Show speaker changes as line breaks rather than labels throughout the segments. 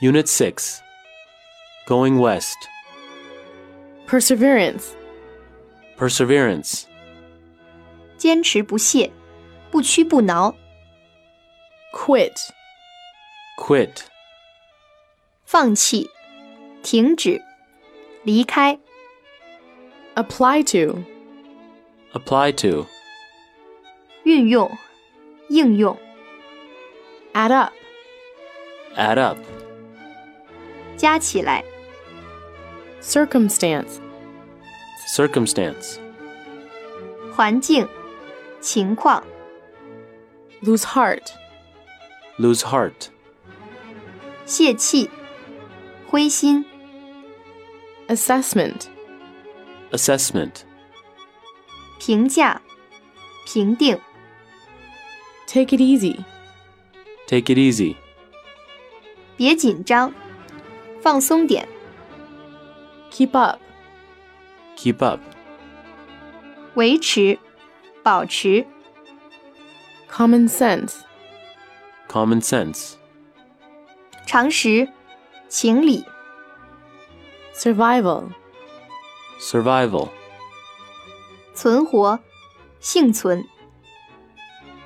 Unit 6 Going West
perseverance,
Perseverance
坚持不懈，不屈不挠，
quit,
Quit
放弃，停止，离开，
apply to,
Apply to
运用，应用，
add up,
Add up
加起来，
circumstance,
Circumstance
环境，情况，
lose heart,
Lose heart
泄气，灰心，
assessment,
Assessment
评价，评定，
take it easy,
Take it easy
别紧张，放松点，
keep up,
Keep up
维持，保持，
common sense,
Common sense
常识，情理，
survival,
Survival
存活，幸存，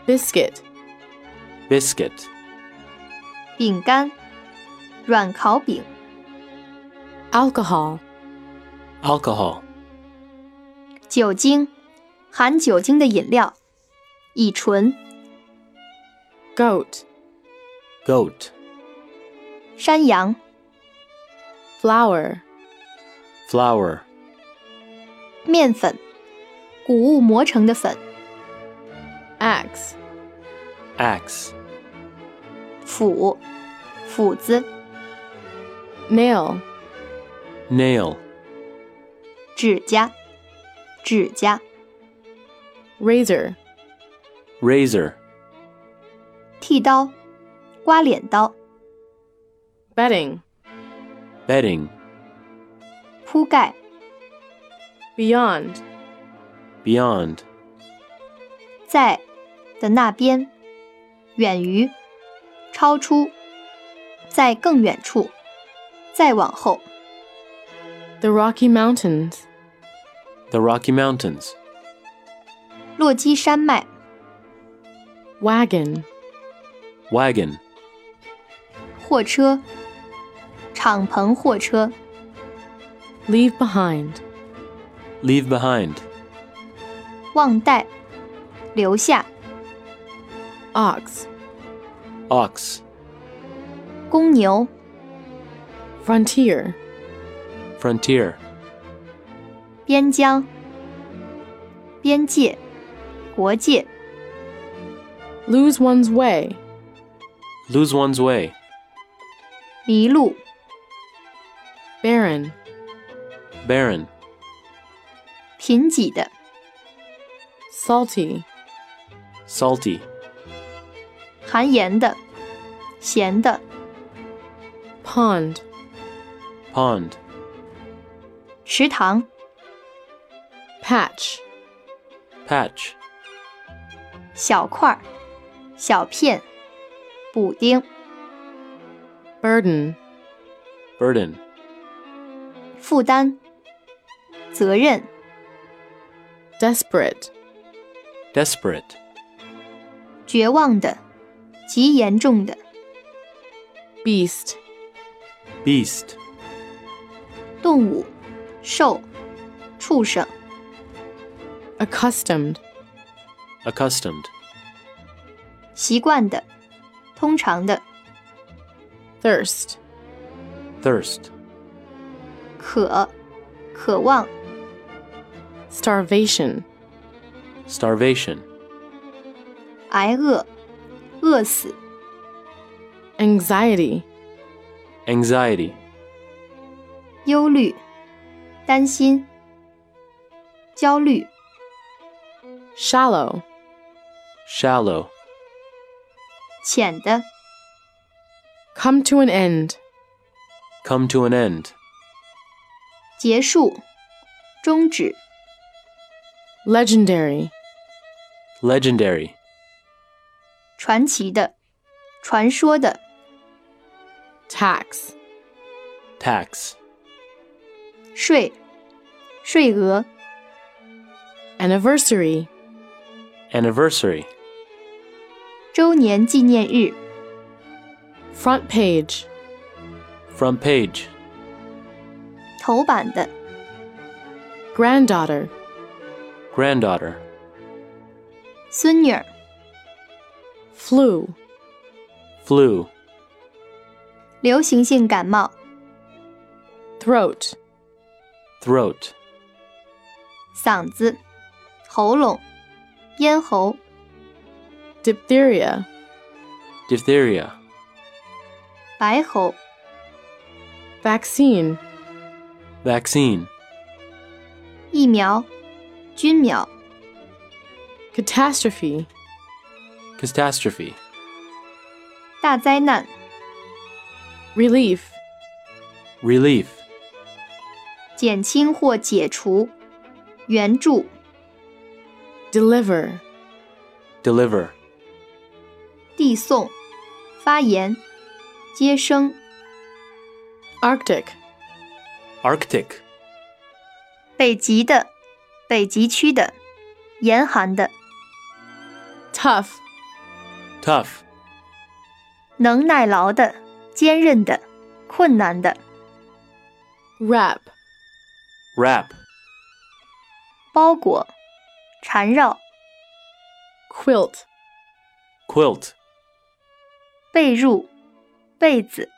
biscuit,
Biscuit
饼干，软烤饼，
alcohol,
Alcohol
酒精，含酒精的饮料，乙醇，
goat,
Goat
山羊，
flour,
Flour
面粉，谷物磨成的粉，
axe,
Axe
斧，斧子，
nail,
Nail
指甲，指甲，
razor,
Razor
剃刀，刮脸刀，
bedding,
Bedding
铺盖，
beyond,
Beyond
在的那边，远于，超出，在更远处，再往后，
the Rocky Mountains,
The Rocky Mountains
落基山脉，
wagon,
Wagon
货车，敞篷货车，
leave behind,
Leave behind
忘带，留下，
ox,
Ox
公牛，
frontier,
Frontier
边疆，边界，国界，
lose one's way,
Lose one's way
迷路，
barren,
Barren
贫瘠的，
salty,
Salty
含盐的，咸的，
pond,
Pond
池塘，
patch,
Patch
小块儿，小片，补丁，
burden,
Burden
负担，责任，
desperate,
Desperate
绝望的，极严重的，
beast,
Beast
动物，兽，畜生，
accustomed,
Accustomed
习惯的，通常的，
thirst,
Thirst
渴，渴望，
starvation,
Starvation
挨饿，饿死，
anxiety,
Anxiety
忧虑，担心，焦虑，
shallow,
Shallow
浅的，
come to an end,
Come to an end
结束，终止，
legendary,
Legendary
传奇的，传说的，
tax,
tax,
税，税额，
anniversary,
anniversary,
周年纪念日，
front page,
front page,
头版的，
granddaughter,
granddaughter,
孙女儿，
flu,
flu,
流行性感冒，
throat,
throat,
嗓子，喉咙，咽喉，
diphtheria,
diphtheria,
白喉，
vaccine,
vaccine,
疫苗，军苗，
catastrophe,
catastrophe,
大灾难，
relief,
relief,
减轻或解除，援助，
deliver,
deliver,
递送，发言，接生，
arctic,
arctic,
北极的，北极区的，严寒的，
tough,
tough,
能耐劳的，坚韧的，困难的，
wrap,
wrap,
包裹，缠绕，
quilt,
quilt,
被褥，被子，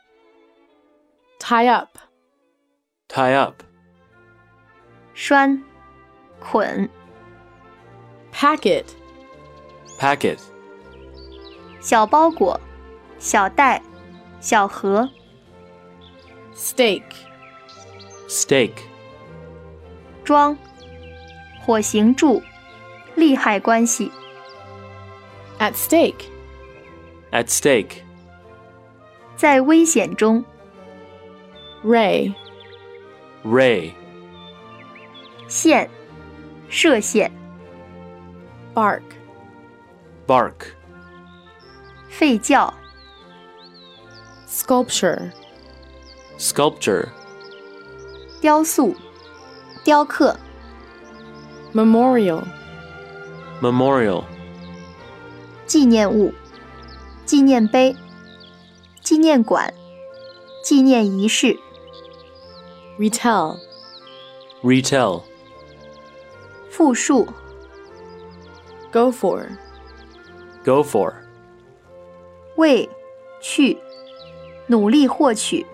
tie up,
tie up,
拴，捆，
packet,
packet,
小包裹，小袋，小盒，
stake,
stake,
装，火刑柱，利害关系，
at stake,
at stake,
在危险中，
ray,
ray,
线，射线，
bark,
bark,
吠叫，
sculpture,
sculpture,
雕塑，雕刻，
memorial,
memorial,
纪念物，纪念碑，纪念馆，纪念仪式，
retell,
retell,
复述，
go for,
go for,
为，去，努力获取，